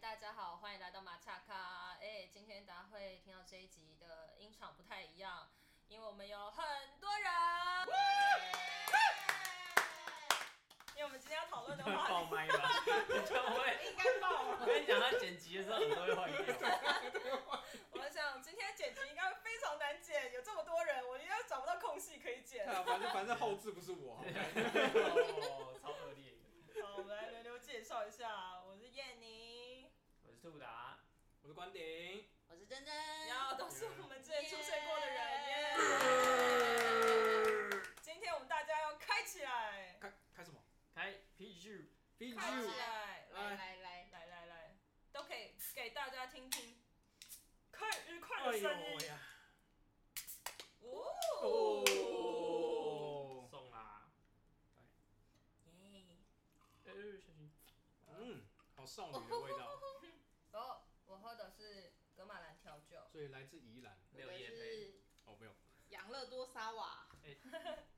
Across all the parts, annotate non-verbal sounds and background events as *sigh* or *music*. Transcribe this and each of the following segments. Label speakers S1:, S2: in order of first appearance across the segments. S1: 大家好，欢迎来到马恰卡。哎，今天大家会听到这一集的音场不太一样，因为我们有很多人。因为我们今天要讨论的
S2: 会
S1: 话 *laughs*
S2: 爆
S1: 题，
S2: 麦吧？你就会，
S3: 应该爆
S2: 我
S3: 了。
S2: 跟你讲，他剪辑的时候耳朵会坏掉。
S1: 我想今天剪辑应该会非常难剪，有这么多人，我应该找不到空隙可以剪。
S4: *laughs* 对啊，反正反正后置不是我，
S2: 哦，超恶劣。
S1: 好，我们来轮流介绍一下，我是燕妮，
S2: 我是兔达，
S4: 我是关顶。 *laughs*
S3: 我是珍珍，
S1: 然后都是我们之前出现过的人。耶今天我们大家要开起来，
S4: 开开什么
S2: 开 PG，
S4: ？B
S1: 开起
S4: G
S1: 来，
S3: 来来来，
S1: 来来来，都可以给大家听听，快愉快
S4: 哎
S1: 的
S4: 呦
S1: 声音。
S4: 呀！
S1: 哦，
S4: 哦，
S2: 送啦。
S1: 耶！
S2: 呃，小心。
S4: 嗯，好少女的味道，
S1: 然后哦我喝的是格马兰调酒，
S4: 所以来自宜兰。
S2: 没有
S3: 我
S2: 夜配。
S3: 是
S4: 哦，没有，
S3: 养乐多沙瓦，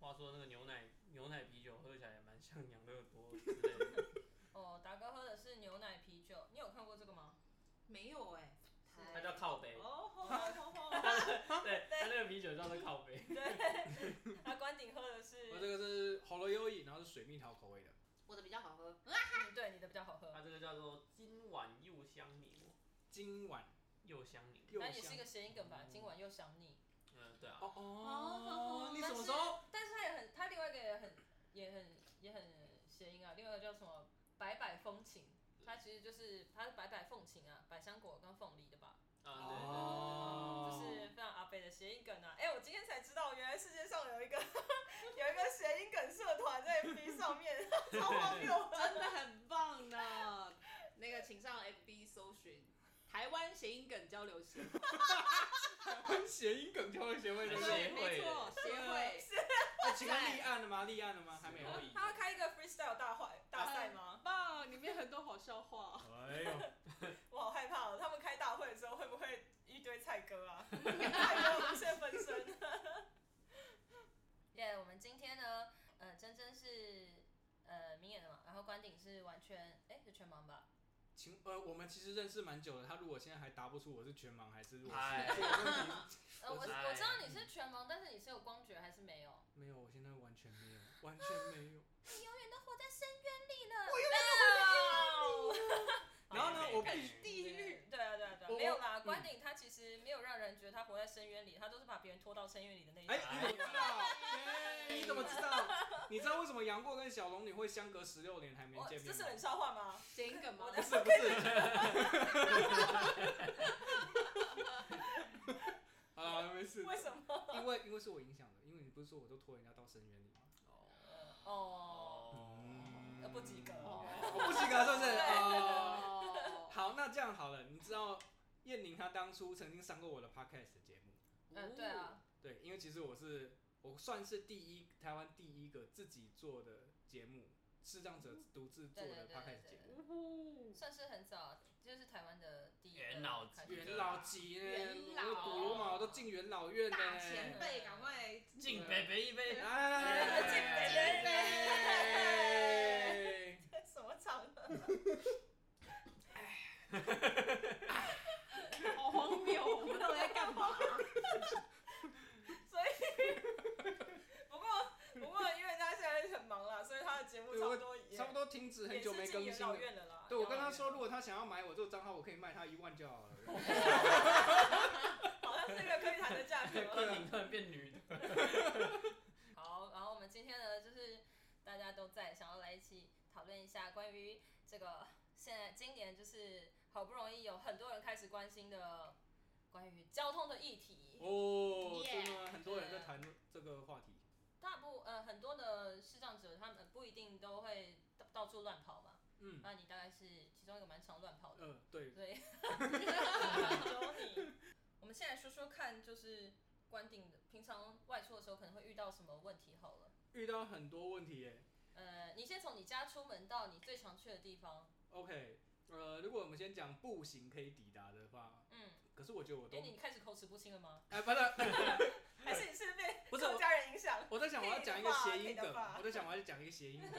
S2: 话说那个牛奶牛奶啤酒喝起来也蛮像养乐多之类的。
S4: *laughs*
S1: 哦，达哥喝的是牛奶啤酒，你有看过这个 *laughs* 吗？
S3: 没有哎，
S2: 它叫靠背，
S1: 哦吼吼
S3: *laughs*
S1: 吼吼！
S2: 对，它那个啤酒叫做靠
S4: *laughs*
S2: 背。
S1: 对，他关顶喝的是
S4: 我，这个是喉咙优异，然后是水蜜桃口味的。
S3: 我的比较好喝，
S1: 嗯对，你的比较好喝，
S2: 它这个叫做今晚又香你，
S4: 今晚
S2: 又香你。
S4: 又
S1: 那也是一个
S4: 香。
S1: 谐音梗吧？今晚又想你，
S2: 嗯，对啊。
S4: 哦哦
S3: 哦，
S4: 你什么时候？
S1: 但是他也很，他另外一个也很也很也很谐音啊，另外一个叫什么百百风情，它其实就是它是百百凤情啊，百香果跟凤梨的吧，
S2: 啊，对对对。
S1: 就
S4: 哦，
S1: 是非常阿北的谐音梗啊。哎、我今天才知道，原来世界上有一个 *laughs* 有一个谐音梗社团在 FB 上面，超荒谬的。
S3: 真的很棒呢。那个请上 FB 搜寻台湾谐音梗交流协会，
S4: 跟谐音梗交流协会的
S2: 对
S4: 是
S2: 协
S3: 对，
S2: 会
S3: 没错，协会
S4: 哎，请问立案了吗？立案了吗？还没有。
S2: 可以
S1: *laughs* 他会开一个 freestyle 大会大赛
S3: 很
S1: 吗？
S3: 棒，里面很多好笑话，
S4: 哎呦，
S1: *laughs* 我好害怕哦！他们开大会的时候会不会一堆菜哥啊？ *laughs* 菜哥无限分身。 *laughs* 耶我们今天呢，呃，真真是呃明眼的嘛，然后关顶是完全哎是全盲吧？
S4: 请呃，我们其实认识蛮久的，他如果现在还答不出我是全盲还是我
S2: 哎
S4: 是，这个问题
S1: 呃，我
S4: 我是
S1: 我知道你是全盲，但是你是有光觉还是没有？
S4: 没有，我现在完全没有，完全没有。
S1: 你永远都活在深渊里了。我永远都活在
S4: 然后呢，我
S2: 感
S4: 必
S2: 觉
S4: 须
S3: 地狱。
S1: 对啊对啊对啊，
S4: 我
S1: 没有啦。
S4: 嗯
S1: 关顶他其实没有让人觉得他活在深渊里，他都是把别人拖到深渊里的那一种。
S4: 哎，你怎么知道？你怎么知道？你知道为什么杨过跟小龙女会相隔十六年还没
S1: 我
S4: 见面
S1: 这
S4: 吗？
S1: 是冷笑话
S4: *laughs*
S1: 吗？
S3: 谐音梗吗
S1: 我？
S4: 不是不是。 *laughs* 好了，没事。
S1: 为什
S4: *laughs*
S1: 么？
S4: 因为因为是我影响的，因为你不是说我都拖人家到深渊里吗？
S1: *laughs* 哦，
S2: 哦，
S1: 呃不及格
S3: 哦
S4: 我不及格是不是？
S1: 对
S4: 哦。
S3: 哦，
S4: 好，那这样好了，你知道燕宁她当初曾经上过我的 podcast 的节目。
S1: 嗯，对啊，
S4: 对，因为其实我是我算是第一台湾第一个自己做的节目，视障者独自做
S1: 对对
S4: 的
S1: 对对
S4: podcast 节目，
S3: 呜呼，
S1: 算是很早，就是台湾的第一个
S2: 元老级
S1: 开始
S2: 对对对
S4: 元老级呢，
S3: 元
S4: 我
S3: 老
S4: 古罗马我都进元老院呢。
S3: 大前辈，赶快
S2: 敬北北一杯。
S4: 哎，
S1: 什么场合？
S3: 好荒谬，我们到底在干嘛？
S1: 所以，不过不过，因为他现在很忙啦， *laughs* 所以他的节目
S4: 对
S1: 差不
S4: 我
S1: 多也
S4: 差不多停止很久没更
S1: 也是
S4: 新
S1: 进元老
S4: 了。
S1: 院了啦。
S4: 对，我跟他说，
S1: 元
S4: 如果他想要买我这个账号，我可以卖他一万就好了。
S1: *laughs* 老院，好像是一个可以谈的价
S4: *laughs* 啊
S1: 格。
S2: 关顶突然变女的，
S1: 好，然后我们今天呢，就是大家都在，想要来一起讨论一下关于这个现在今年就是好不容易有很多人开始关心的关于交通的议题。
S4: 哦，真
S3: Yeah
S4: 的吗很多人在谈论这个话题。
S1: 大部呃很多的视障者，他们不一定都会到到处乱跑嘛。
S4: 嗯
S1: 那你大概是其中一个蛮常乱跑的。
S4: 呃，对，
S1: 呃对，有你。我们先来说说看，就是关顶的平常外出的时候可能会遇到什么问题好了。
S4: 遇到很多问题耶。
S1: 呃，你先从你家出门到你最常去的地方，
S4: OK，呃，如果我们先讲步行可以抵达的话，
S1: 嗯，
S4: 可是我觉得我
S1: 因
S4: 都
S1: 为你开始口齿不清了吗？
S4: 哎，不是， *laughs*
S1: 还是你是被
S4: 不是我
S1: 家人影响？
S4: 我在想我要讲一个
S1: 哎
S4: 谐音
S1: 可以的啊
S4: 梗
S1: 吧， *laughs*
S4: *laughs* 我在想我要讲一个谐音梗，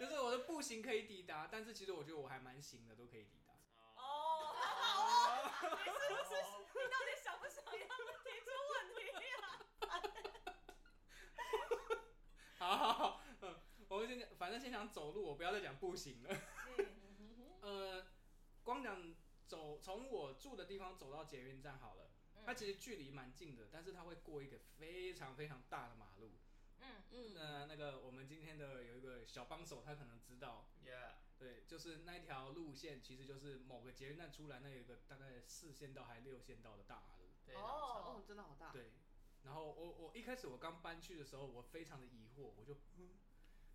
S4: 就是我的步不行可以抵达，但是其实我觉得我还蛮行的，都可以抵达。
S2: 哦，
S1: 哦，
S2: 是不
S1: 你到底想不想要提出问题？
S4: 好好好，嗯，我们先讲，反正先讲走路，我不要再讲步行了。
S1: 嗯，
S4: 呃，光讲走，从我住的地方走到捷运站好了，
S1: 嗯
S4: 它其实距离蛮近的，但是它会过一个非常非常大的马路。
S1: 嗯，
S3: 嗯，
S4: 那那个我们今天的有一个小帮手，他可能知道，
S2: *laughs* Yeah，
S4: 对，就是那一条路线其实就是某个捷运站出来，那有一个大概四线道还六线道的大马路。
S2: 对，
S1: 哦
S3: 哦，，真的好大，
S4: 对，然后我我一开始我刚搬去的时候，我非常的疑惑，我就嗯，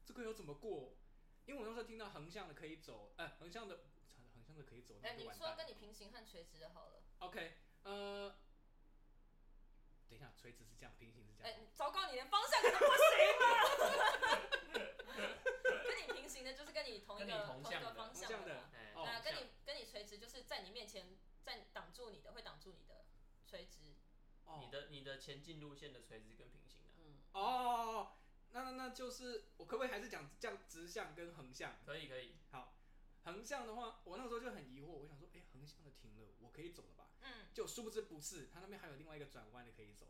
S4: 这个要怎么过？因为我那时候听到横向的可以走，呃，横向的横向的可以走，那
S1: 哎，
S4: 就
S1: 你
S4: 完
S1: 说
S4: 蛋。
S1: 跟你平行和垂直的好了。
S4: OK，呃，等一下，垂直是这样，平行是这
S1: 哎、
S4: 样。
S1: 糟糕，你连方向可都不行了。跟你平行的，就是跟你同一
S2: 跟
S1: 个
S2: 你同
S1: 一
S2: 向
S1: 个
S2: 的
S1: 方
S4: 同
S1: 向
S4: 向的
S1: 嘛
S2: 哎
S4: 哦
S1: 对啊，跟
S2: 像
S1: 你跟你垂直，就是在你面前，在挡住你的，会挡住你的垂直。
S4: 哦
S2: 你的你的前进路线的垂直跟平行啊，
S3: 嗯，
S4: 哦哦，哦那那那就是我可不可以还是讲这样直向跟横向？
S2: 可以可以，
S4: 横向的话，我那个时候就很疑惑，我想说，哎、横向的停了，我可以走了吧？
S1: 嗯，
S4: 就殊不知不是，它那边还有另外一个转弯的可以走。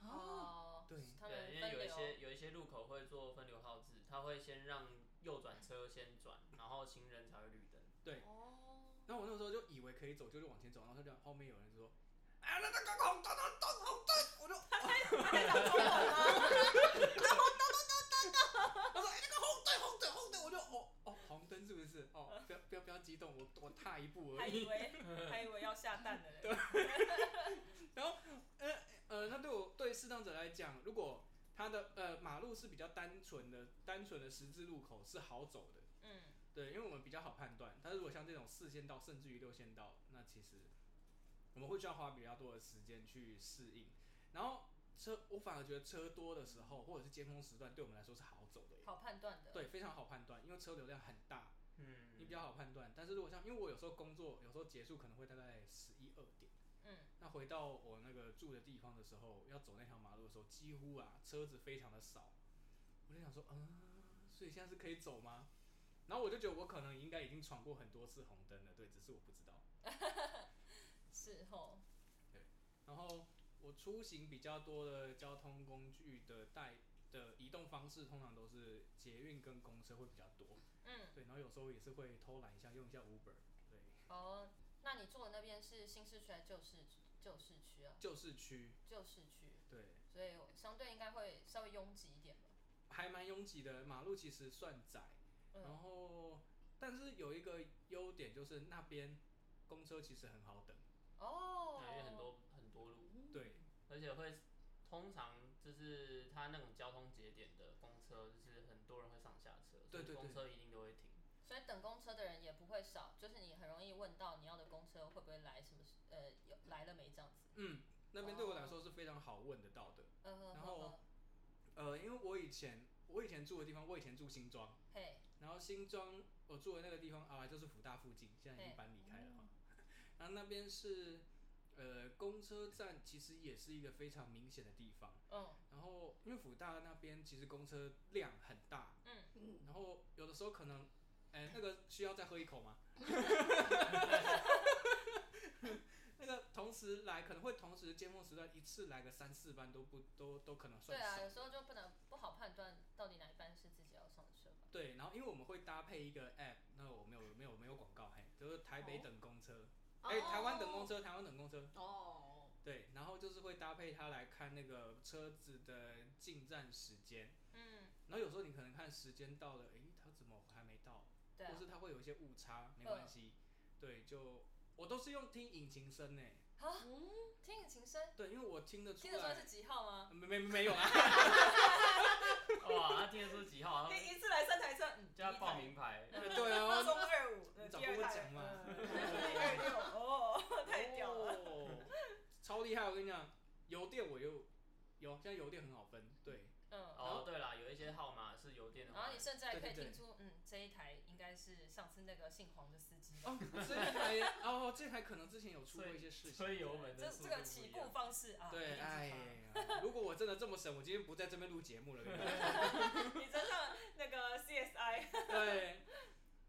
S3: 哦，
S1: 哦，
S4: 对
S1: 他们
S2: 对，因为
S1: 分
S2: 有一些
S1: 流。
S2: 有一些路口会做分流号志，它会先让右转车先转，然后行人才会绿灯。
S4: 对
S3: 哦，
S4: 然后我那时候就以为可以走，就是往前走，然后他就后面有人就说：“啊，那那个红灯，红灯，红灯！”我就
S1: 他在讲中文吗？
S4: 我说：“哎、那个红灯，红灯，红灯！”我就哦哦，红灯是不是？哦，不要不要不要激动，我我踏一步而
S1: *laughs* 还
S4: 已。
S1: 以为还以为要下蛋的嘞。
S4: 呃，那对我对视障者来讲，如果他的呃马路是比较单纯的，单纯的十字路口是好走的，
S1: 嗯，
S4: 对，因为我们比较好判断。但是如果像这种四线道甚至于六线道，那其实我们会需要花比较多的时间去适应。然后车，我反而觉得车多的时候，或者是尖峰时段，对我们来说是好走的耶，
S1: 好判断的。
S4: 对，非常好判断，因为车流量很大，
S2: 嗯，
S4: 你比较好判断。但是如果像，因为我有时候工作，有时候结束可能会大概十一二点。
S1: 嗯，
S4: 那回到我那个住的地方的时候，要走那条马路的时候，几乎啊车子非常的少，我就想说，嗯，所以现在是可以走吗？然后我就觉得我可能应该已经闯过很多次红灯了，对，只是我不知道。
S1: 是吼。
S4: 然后我出行比较多的交通工具的带的移动方式，通常都是捷运跟公车会比较多，
S1: 嗯，
S4: 对，然后有时候也是会偷懒一下，用一下 Uber，对，
S1: 哦，那你住的那边是新市区还是旧市旧市区啊？
S4: 旧市区，
S1: 旧市区，
S4: 对，
S1: 所以相对应该会稍微拥挤一点吧。
S4: 还蛮拥挤的，马路其实算窄，
S1: 嗯
S4: 然后但是有一个优点就是那边公车其实很好等，
S1: 哦，
S2: 对，因为很多很多路，
S1: 嗯
S4: 对，
S2: 而且会通常就是它那种交通节点的公车，就是很多人会上下车，所
S4: 对
S2: 以
S4: 对对
S2: 公车一定都会停。
S1: 所以等公车的人也不会少，就是你很容易问到你要的公车会不会来，什么时呃有来了没这样子。
S4: 嗯，那边对我来说是非常好问得到的，
S1: 嗯哼
S4: 然
S1: 哼
S4: 后
S1: 哼，
S4: 呃，因为我以前我以前住的地方，我以前住新庄，
S1: 嘿，
S4: 然后新庄我住的那个地方啊，就是福大附近，现在已
S1: 对
S4: 经
S1: 哦
S4: 搬离开了哈，然 *laughs* 后那边是呃公车站，其实也是一个非常明显的地方。
S1: 嗯
S4: 然后，因为福大那边其实公车量很大，
S1: 嗯，
S3: 嗯，
S4: 然后有的时候可能，哎、那个需要再喝一口吗？ *laughs* 那个同时来可能会同时尖峰时段一次来个三四班都不都都可能
S1: 对
S4: 算
S1: 啊，
S4: 少。
S1: 有时候就不能不好判断到底哪一班是自己要上车吧。
S4: 对，然后因为我们会搭配一个 app，那我没有没有没有广告，嘿，就是台
S1: 哦
S4: 北等公车，哎、台湾等公
S3: 车，
S4: 车，台湾等公车，
S3: 哦，
S4: 对，然后就是会搭配它来看那个车子的进站时间，
S1: 嗯，
S4: 然后有时候你可能看时间到了，哎、它怎么还没到？
S1: 对
S4: 或
S1: 啊，嗯
S4: 是它会有一些误差，没关系。对，就我都是用听引擎声呢，
S1: 好，
S3: 嗯，
S1: 听引擎声，
S4: 对，因为我听得出
S1: 听得出来
S4: 来
S1: 是。几号吗？
S4: 没没没
S1: *laughs*
S4: 有啊， *laughs*
S2: 哇，他听得出几号啊？
S1: *laughs* 第一次来三台车，嗯，
S2: 就要
S1: 第一
S2: 报
S1: 台 *laughs*
S2: 名牌，
S4: 对哦，
S1: 中二五，
S4: 你
S1: 呃
S4: 早
S1: 第二
S4: 跟我
S1: 台
S4: 讲嘛 *laughs*
S1: 嗯二六，哦， *laughs* 太屌了。
S4: 哦，超厉害！我跟你讲，邮电我又有，现在邮电很好分，对，
S1: 嗯，
S2: 哦，对啦，有一些号码是邮电的
S1: 然
S2: 话
S1: 后你，甚至还可以
S4: 对对
S1: 听出，嗯，这一台应该是上次那个姓黄的司机。
S4: *laughs* 哦，这台哦，这台可能之前有出过一些事情，
S2: 吹油门
S1: 这
S2: 的
S1: 这
S2: 速
S1: 个
S2: 度
S1: 起
S2: 不一
S1: 步
S2: 样。
S1: 方式啊，一
S4: 对，
S1: 定是他
S4: 哎呀，如果我真的这么神，我
S1: *laughs*
S4: 今天不在这边录节目了。
S1: 你真像那个 CSI，
S4: 对，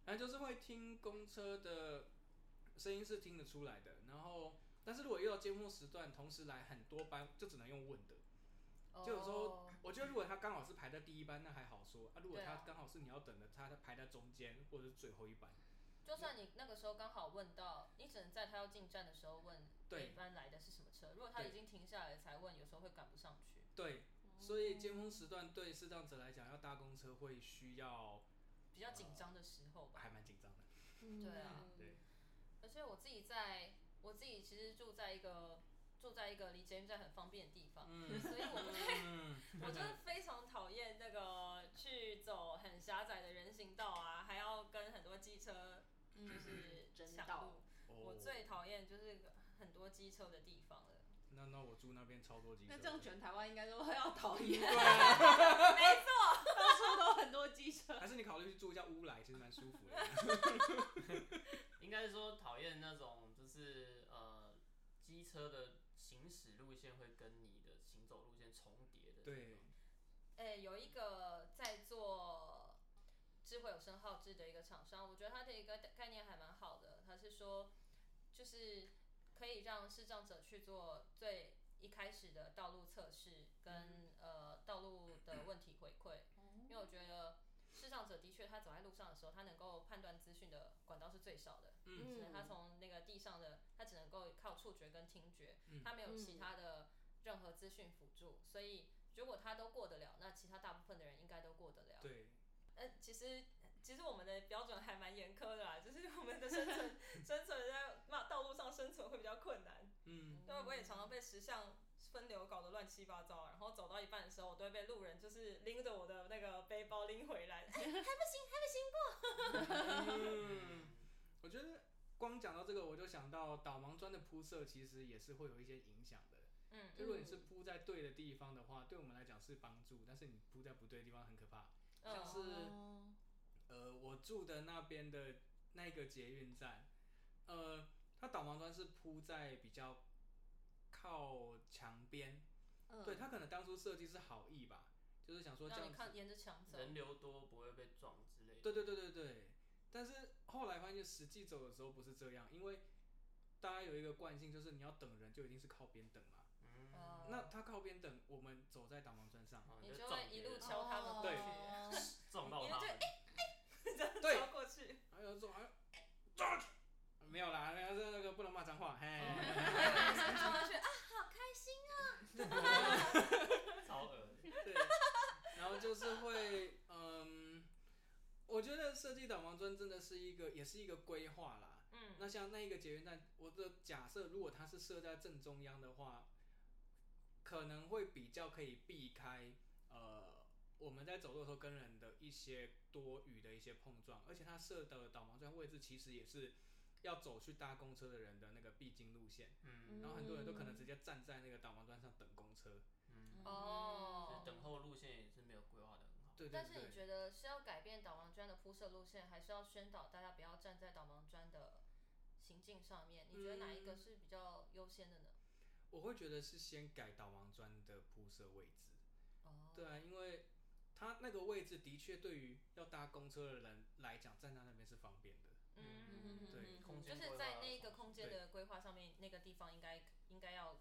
S4: 来就是会听公车的声音是听得出来的，然后但是如果遇到尖峰时段，同时来很多班，就只能用问的。就 *laughs* 有时候
S1: 哦，
S4: 我觉得如果他刚好是排在第一班，那还好说啊；如果
S1: 对
S4: 他
S1: 啊
S4: 刚好是你要等的，他排在中间或者是最后一班，
S1: 就算你那个时候刚好问到，你只能在他要进站的时候问
S4: 对
S1: 一般来的是什么车。如果他
S4: 对
S1: 已经停下来才问，有时候会赶不上去。
S4: 对，所以尖峰时段对视障者来讲，要搭公车会需要
S1: 比较紧张的时候吧。
S4: 还蛮紧张的。
S1: 对啊
S4: 对
S1: 而且我自己在，我自己其实住在一个住在一个离捷运站很方便的地方，
S4: 嗯
S1: 所以我不太，
S4: 嗯，
S1: 我就是非常讨厌那个去走很狭窄的人行道啊，还要跟很多机车就是
S3: 争
S1: 抢
S3: 嗯道
S1: 路。我
S4: 哦，
S1: 最讨厌就是很多机车的地方了。
S4: 那那我住那边超多机车
S3: 那
S4: 的，
S3: 这样全台湾应该都要讨厌，
S4: 对啊，
S3: 到处都很多机车。
S4: 还是你 *laughs* 考虑去住一下乌来，其实蛮舒服的。
S1: *laughs*
S2: 应该是说讨厌那种就是呃机车的行驶路线会跟你的行走路线重叠的。
S4: 对，
S1: 诶，有一个在做智慧有声号志的一个厂商，我觉得它的一个概念还蛮好的。它是说，就是可以让视障者去做最一开始的道路测试跟、呃道路的问题回馈，因为我觉得视障者的确他走在路上的时候，他能够判断资讯的管道是最少的，只能他从那个地上的，他只能够靠触觉跟听觉，他没有其他的任何资讯辅助，所以如果他都过得了，那其他大部分的人应该都过得了。
S4: 对，
S1: 呃，其实其实我们的标准还蛮严苛的啦，就是我们的生存 *laughs* 生存在那道路上生存会比较困难，
S4: 嗯，
S1: 因为我也常常被石像分流搞得乱七八糟，然后走到一半的时候，我都会被路人就是拎着我的那个背包拎回来，
S4: 嗯，我觉得光讲到这个，我就想到导盲砖的铺设其实也是会有一些影响的。
S1: 嗯，
S4: 如果你是铺在对的地方的话，对我们来讲是帮助，但是你铺在不对的地方很可怕。
S1: 嗯
S4: 像是
S1: 哦
S4: 呃，我住的那边的那个捷运站，呃，它导盲砖是铺在比较靠墙边，对，它可能当初设计是好意吧，就是想说这
S1: 嗯让
S4: 样
S1: 你
S4: 子
S1: 看沿着墙走，
S2: 人流多不会被撞之类的。
S4: 对对对对对，但是后来发现实际走的时候不是这样，因为大家有一个惯性，就是你要等人就一定是靠边等嘛。
S2: 嗯，
S1: 哦
S4: 那他靠边等，我们走在导盲砖上，
S2: 哦
S1: 你
S2: 就
S1: 就
S2: 撞哦
S1: 会一
S2: 别
S1: 路
S2: 人
S1: 敲他们过去，
S2: 撞到
S1: 你
S2: 他
S1: 就
S2: 们。
S1: 这
S4: 对
S1: 样敲过去。
S4: 还有哎走，还有没有啦，那个那个不能骂脏话，嘿。
S1: 还有男生撞过去啊，好开心！
S2: 超恶的，
S4: *laughs* 对，然后就是会，嗯，我觉得设计导盲砖真的是一个，也是一个规划啦。
S1: 嗯，
S4: 那像那一个捷运站，我的假设如果它是设在正中央的话，可能会比较可以避开呃我们在走路的时候跟人的一些多余的一些碰撞，而且它设的导盲砖位置其实也是要走去搭公车的人的那个必经路线，
S2: 嗯
S4: 然后很多人都可能直接站在那个导盲砖上等公车。
S2: 嗯，
S1: 哦
S2: 等候路线也是没有规划的很好。
S4: 对对对。
S1: 但是你觉得是要改变导盲砖的铺设路线，还是要宣导大家不要站在导盲砖的行径上面？你觉得哪一
S4: 嗯
S1: 个是比较优先的呢？
S4: 我会觉得是先改导盲砖的铺设位置。
S1: 哦，
S4: 对啊，因为它那个位置的确对于要搭公车的人来讲，站在那边是方便的。
S1: 嗯，
S4: 对
S2: 空
S1: 就
S2: 间
S1: 是
S2: 规
S1: 在
S2: 划
S1: 那
S2: 要
S1: 个
S2: 重
S1: 空间的规划上面，那个地方应该应该要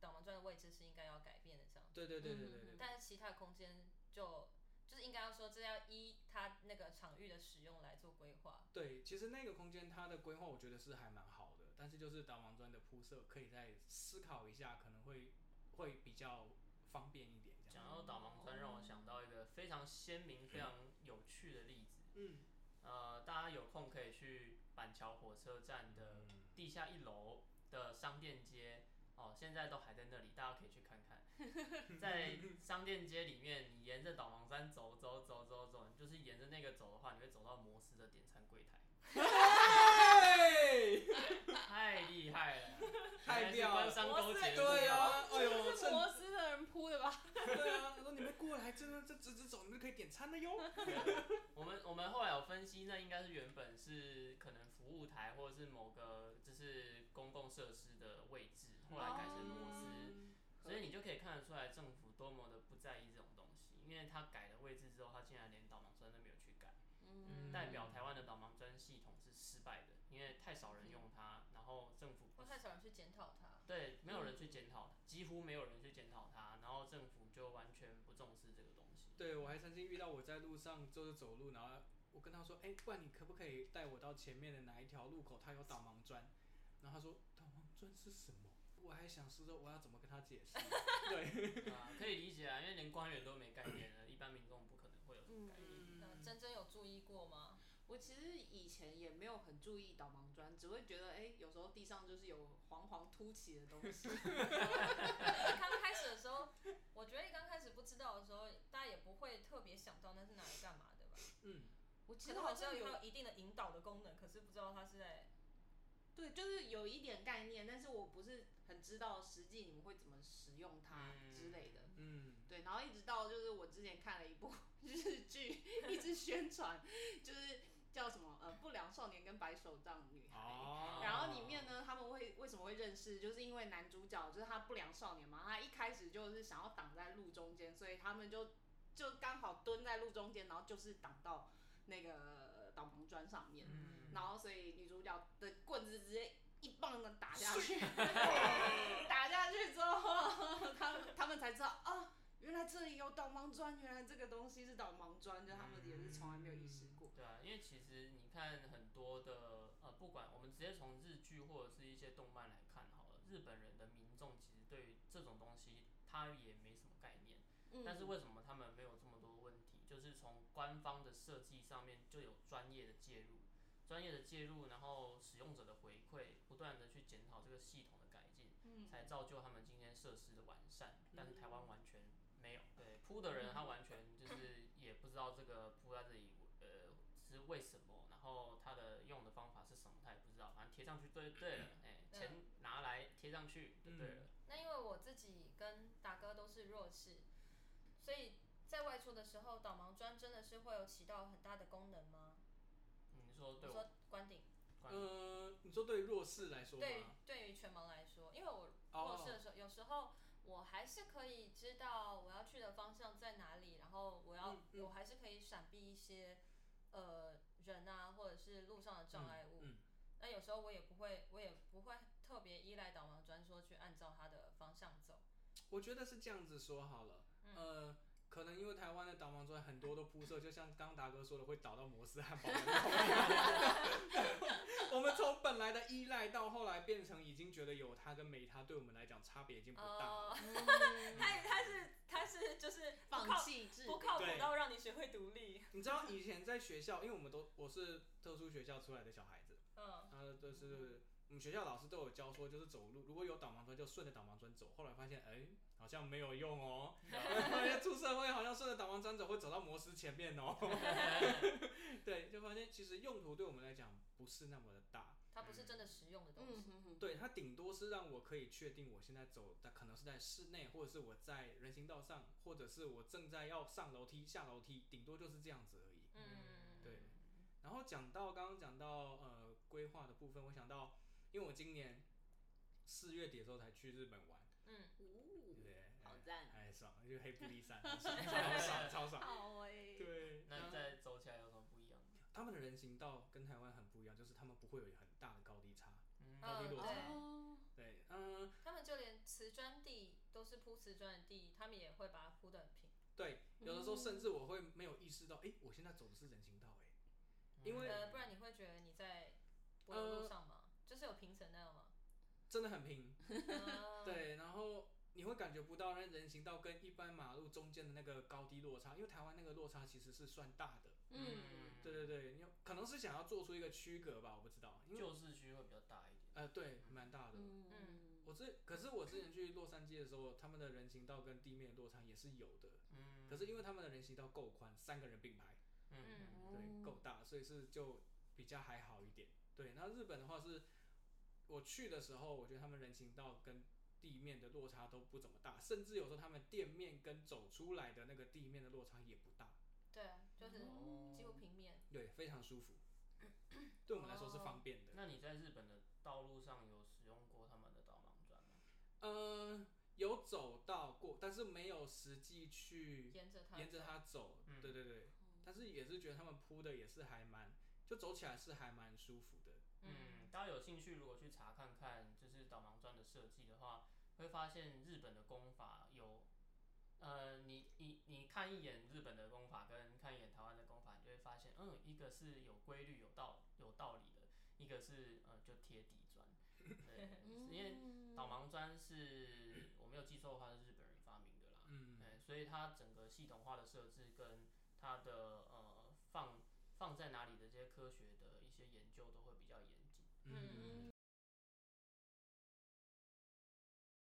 S1: 导盲砖的位置是应该要改变的，这样。
S4: 对对对对对
S3: 嗯
S4: 对
S1: 但是其他空间就就是应该要说，这要依它那个场域的使用来做规划。
S4: 对，其实那个空间它的规划我觉得是还蛮好的，但是就是导盲砖的铺设可以再思考一下，可能会会比较方便一点这样。
S2: 讲到导盲砖，让我想到一个非常鲜明、非常有趣的例子。
S4: 嗯，
S2: 呃，大家有空可以去板桥火车站的地下一楼的商店街哦，现在都还在那里，大家可以去看看。在商店街里面，你沿着导盲山走走走走走，你就是沿着那个走的话，你会走到摩斯的点餐柜台，
S4: 对，
S2: 太厉害了，
S4: 太妙了
S2: 原来是官商勾结的
S4: 对
S2: 哦
S4: 啊，哎呦，
S3: 是
S4: 趁
S3: 摩斯的人铺的吧？
S4: *laughs* 对啊，他说你们过来，真的这直直走，你们就可以点餐了哟。
S2: *laughs* 我们我们后来有分析，那应该是原本是可能服务台或者是某个就是公共设施的位置，后来改成摩斯，
S1: 哦
S2: 所以你就可以看得出来政府多么的不在意这种东西，因为他改了位置之后，他竟然连导盲砖都没有去改，
S3: 嗯
S2: 代表台湾的导盲砖太少人用它，然后政府不
S1: 或哦太少人去检讨它。
S2: 对，没有人去检讨它，几乎没有人去检讨它，然后政府就完全不重视这个东西。
S4: 对我还曾经遇到我在路上就是走路，然后我跟他说，哎、不然你可不可以带我到前面的哪一条路口，它有导盲砖？然后他说导盲砖是什么？我还想是说我要怎么跟他解释？对，
S3: *laughs*
S2: 啊，可以理解啊，因为连官员都没概念了，一般民众不可能会有这种概
S3: 嗯
S2: 念。
S4: 嗯
S1: 那珍珍有注意过吗？ *laughs*
S3: 我其实以前也没有很注意导盲砖，只会觉得哎、有时候地上就是有黄黄凸起的东西。
S1: 刚开始的时候，我觉得刚开始不知道的时候，大家也不会特别想到那是拿来干嘛的吧？
S4: 嗯，
S3: 我其
S1: 可
S3: 实
S1: 能
S3: 好
S1: 好像
S3: 像有
S1: 有一定的引导的功能，可是不知道它是在
S3: 对，就是有一点概念，但是我不是很知道实际你们会怎么使用它
S2: 嗯
S3: 之类的。
S4: 嗯，
S3: 对，然后一直到就是我之前看了一部 *laughs* 日剧，一直宣传，就是叫什么呃不良少年跟白手杖女孩。
S4: 哦
S3: 然后里面，呢，他们会为什么会认识，就是因为男主角就是他不良少年嘛，他一开始就是想要挡在路中间，所以他们就就刚好蹲在路中间，然后就是挡到那个导盲砖上面，
S2: 嗯
S3: 然后所以女主角的棍子直接一棒的打下去， *laughs* 打下去之后，他们他们才知道啊，原来这里有导盲砖，原来这个东西是导盲砖，就他们也是从来没有意识过。
S2: 对啊，因为其实你看很多的呃，不管我们直接从日剧或者是一些动漫来看好了，日本人的民众其实对于这种东西他也没什么概念，
S3: 嗯
S2: 但
S3: *laughs*
S2: 是为什么他们没有这么多问题？就是从官方的设计上面就有专业的介入，专业的介入，然后使用者的回馈，不断的去检讨这个系统的改进。
S3: 嗯
S2: 才造就他们今天设施的完善，但是台湾完全没有。对，铺的人他完全就是也不知道这个铺在这里，呃，是为什么，然后他的用的方法是什么，他也不知道，反正贴上去对就对了，哎、
S1: 嗯
S2: 钱拿来贴上去就对了。
S1: 那因为我自己跟达哥都是弱势，所以在外出的时候，导盲砖真的是会有起到很大的功能吗？
S2: 你说
S1: 我
S2: 对我
S1: 说观点，
S4: 呃，你说对弱势来说
S1: 对于
S4: 吗？
S1: 对于全盲来说，因为我
S4: 哦
S1: 弱势的时候，有时候我还是可以知道我要去的方向在哪里，然后我要、
S4: 嗯嗯
S1: 我还是可以闪避一些呃人啊，或者是路上的障碍物。
S4: 嗯嗯
S1: 那有时候我也不会，我也不会特别依赖导盲砖说去按照它的方向走。
S4: 我觉得是这样子说好了，呃，可能因为台湾的导盲砖很多都铺设，就像刚达哥说的，会导到摩斯汉堡的那种 *laughs* 我们从本来的依赖到后来变成已经觉得有它跟没它，对我们来讲差别已经不大了。
S1: 哦，他他是他是就是不靠
S3: 放弃制
S1: 不靠谱
S4: 对
S1: 到让你学会独立。
S4: 你知道以前在学校，因为我们都我是特殊学校出来的小孩子，
S1: 嗯，
S4: 然后就是我们学校老师都有教说，就是走路如果有导盲砖就顺着导盲砖走。后来发现，哎、好像没有用哦。 *laughs* 后来出社会好像顺着导盲砖走会走到摩斯前面哦。对，就发现其实用途对我们来讲不是那么的大。
S1: 它不是真的实用的东西。
S3: 嗯哼哼
S4: 对，它顶多是让我可以确定我现在走的可能是在室内，或者是我在人行道上，或者是我正在要上楼梯、下楼梯，顶多就是这样子而已。
S1: 嗯，
S4: 对然后讲到刚刚讲到呃规划的部分，我想到，因为我今年四月底的时候才去日本玩，
S1: 嗯，
S3: 哦，
S4: 对，
S3: 好赞
S4: 哎，爽，就黑布利
S3: *laughs*
S4: 山，很爽超爽，超爽。
S3: 好哎
S4: 对，
S2: 那你再走起来有什么不一样？
S4: 他们的人行道跟台湾很不一样，就是他们不会有很大的高低差，
S2: 嗯
S1: 呃
S4: 高低落差。
S1: 对
S4: 对，嗯，
S1: 他们就连瓷砖地都是铺瓷砖的地，他们也会把它铺得很平。
S4: 对，有的时候甚至我会没有意识到，哎，我现在走的是人行道，哎，因为
S1: 呃，不然你会觉得你在柏油路上
S4: *laughs*
S1: 吗？就是有平层那样吗？
S4: 真的很平。
S1: 嗯
S4: 对，然后你会感觉不到那人行道跟一般马路中间的那个高低落差，因为台湾那个落差其实是算大的。
S3: 嗯，
S4: 对对对，你有可能是想要做出一个区隔吧，我不知道，因为
S2: 旧市区会比较大一点。
S4: 呃对，蛮大的。
S3: 嗯，
S4: 我之可是我之前去洛杉矶的时候，他们的人行道跟地面落差也是有的，
S2: 嗯，
S4: 可是因为他们的人行道够宽，三个人并排，
S2: 嗯
S4: 对，够大，所以是就比较还好一点。对，那日本的话是，我去的时候，我觉得他们人行道跟地面的落差都不怎么大，甚至有时候他们店面跟走出来的那个地面的落差也不大，
S1: 对啊，就是
S2: 哦
S1: 几乎平面。
S4: 对，非常舒服，对我们来说是方便的。
S2: 那你在日本的道路上有使用过他们的导盲砖吗？
S4: 呃，有走到过，但是没有实际去
S1: 沿着它
S4: 沿着
S1: 走哦
S4: 它走。
S2: 嗯
S4: 对对对，但是也是觉得他们铺的也是还蛮，就走起来是还蛮舒服的。
S1: 嗯
S2: 嗯，大家有兴趣如果去查看看，就是导盲砖的设计的话，会发现日本的功法有，呃，你你你看一眼日本的功法跟看一眼台湾的功法，你就会发现，嗯，一个是有规律、有道、有道理的，一个是呃就贴底砖，对， *laughs* 因为导盲砖是我没有记错的话是日本人发明的啦，
S4: 嗯
S2: 对，所以它整个系统化的设置跟它的呃放放在哪里的这些科学的一些研究都会比较严谨。
S1: 嗯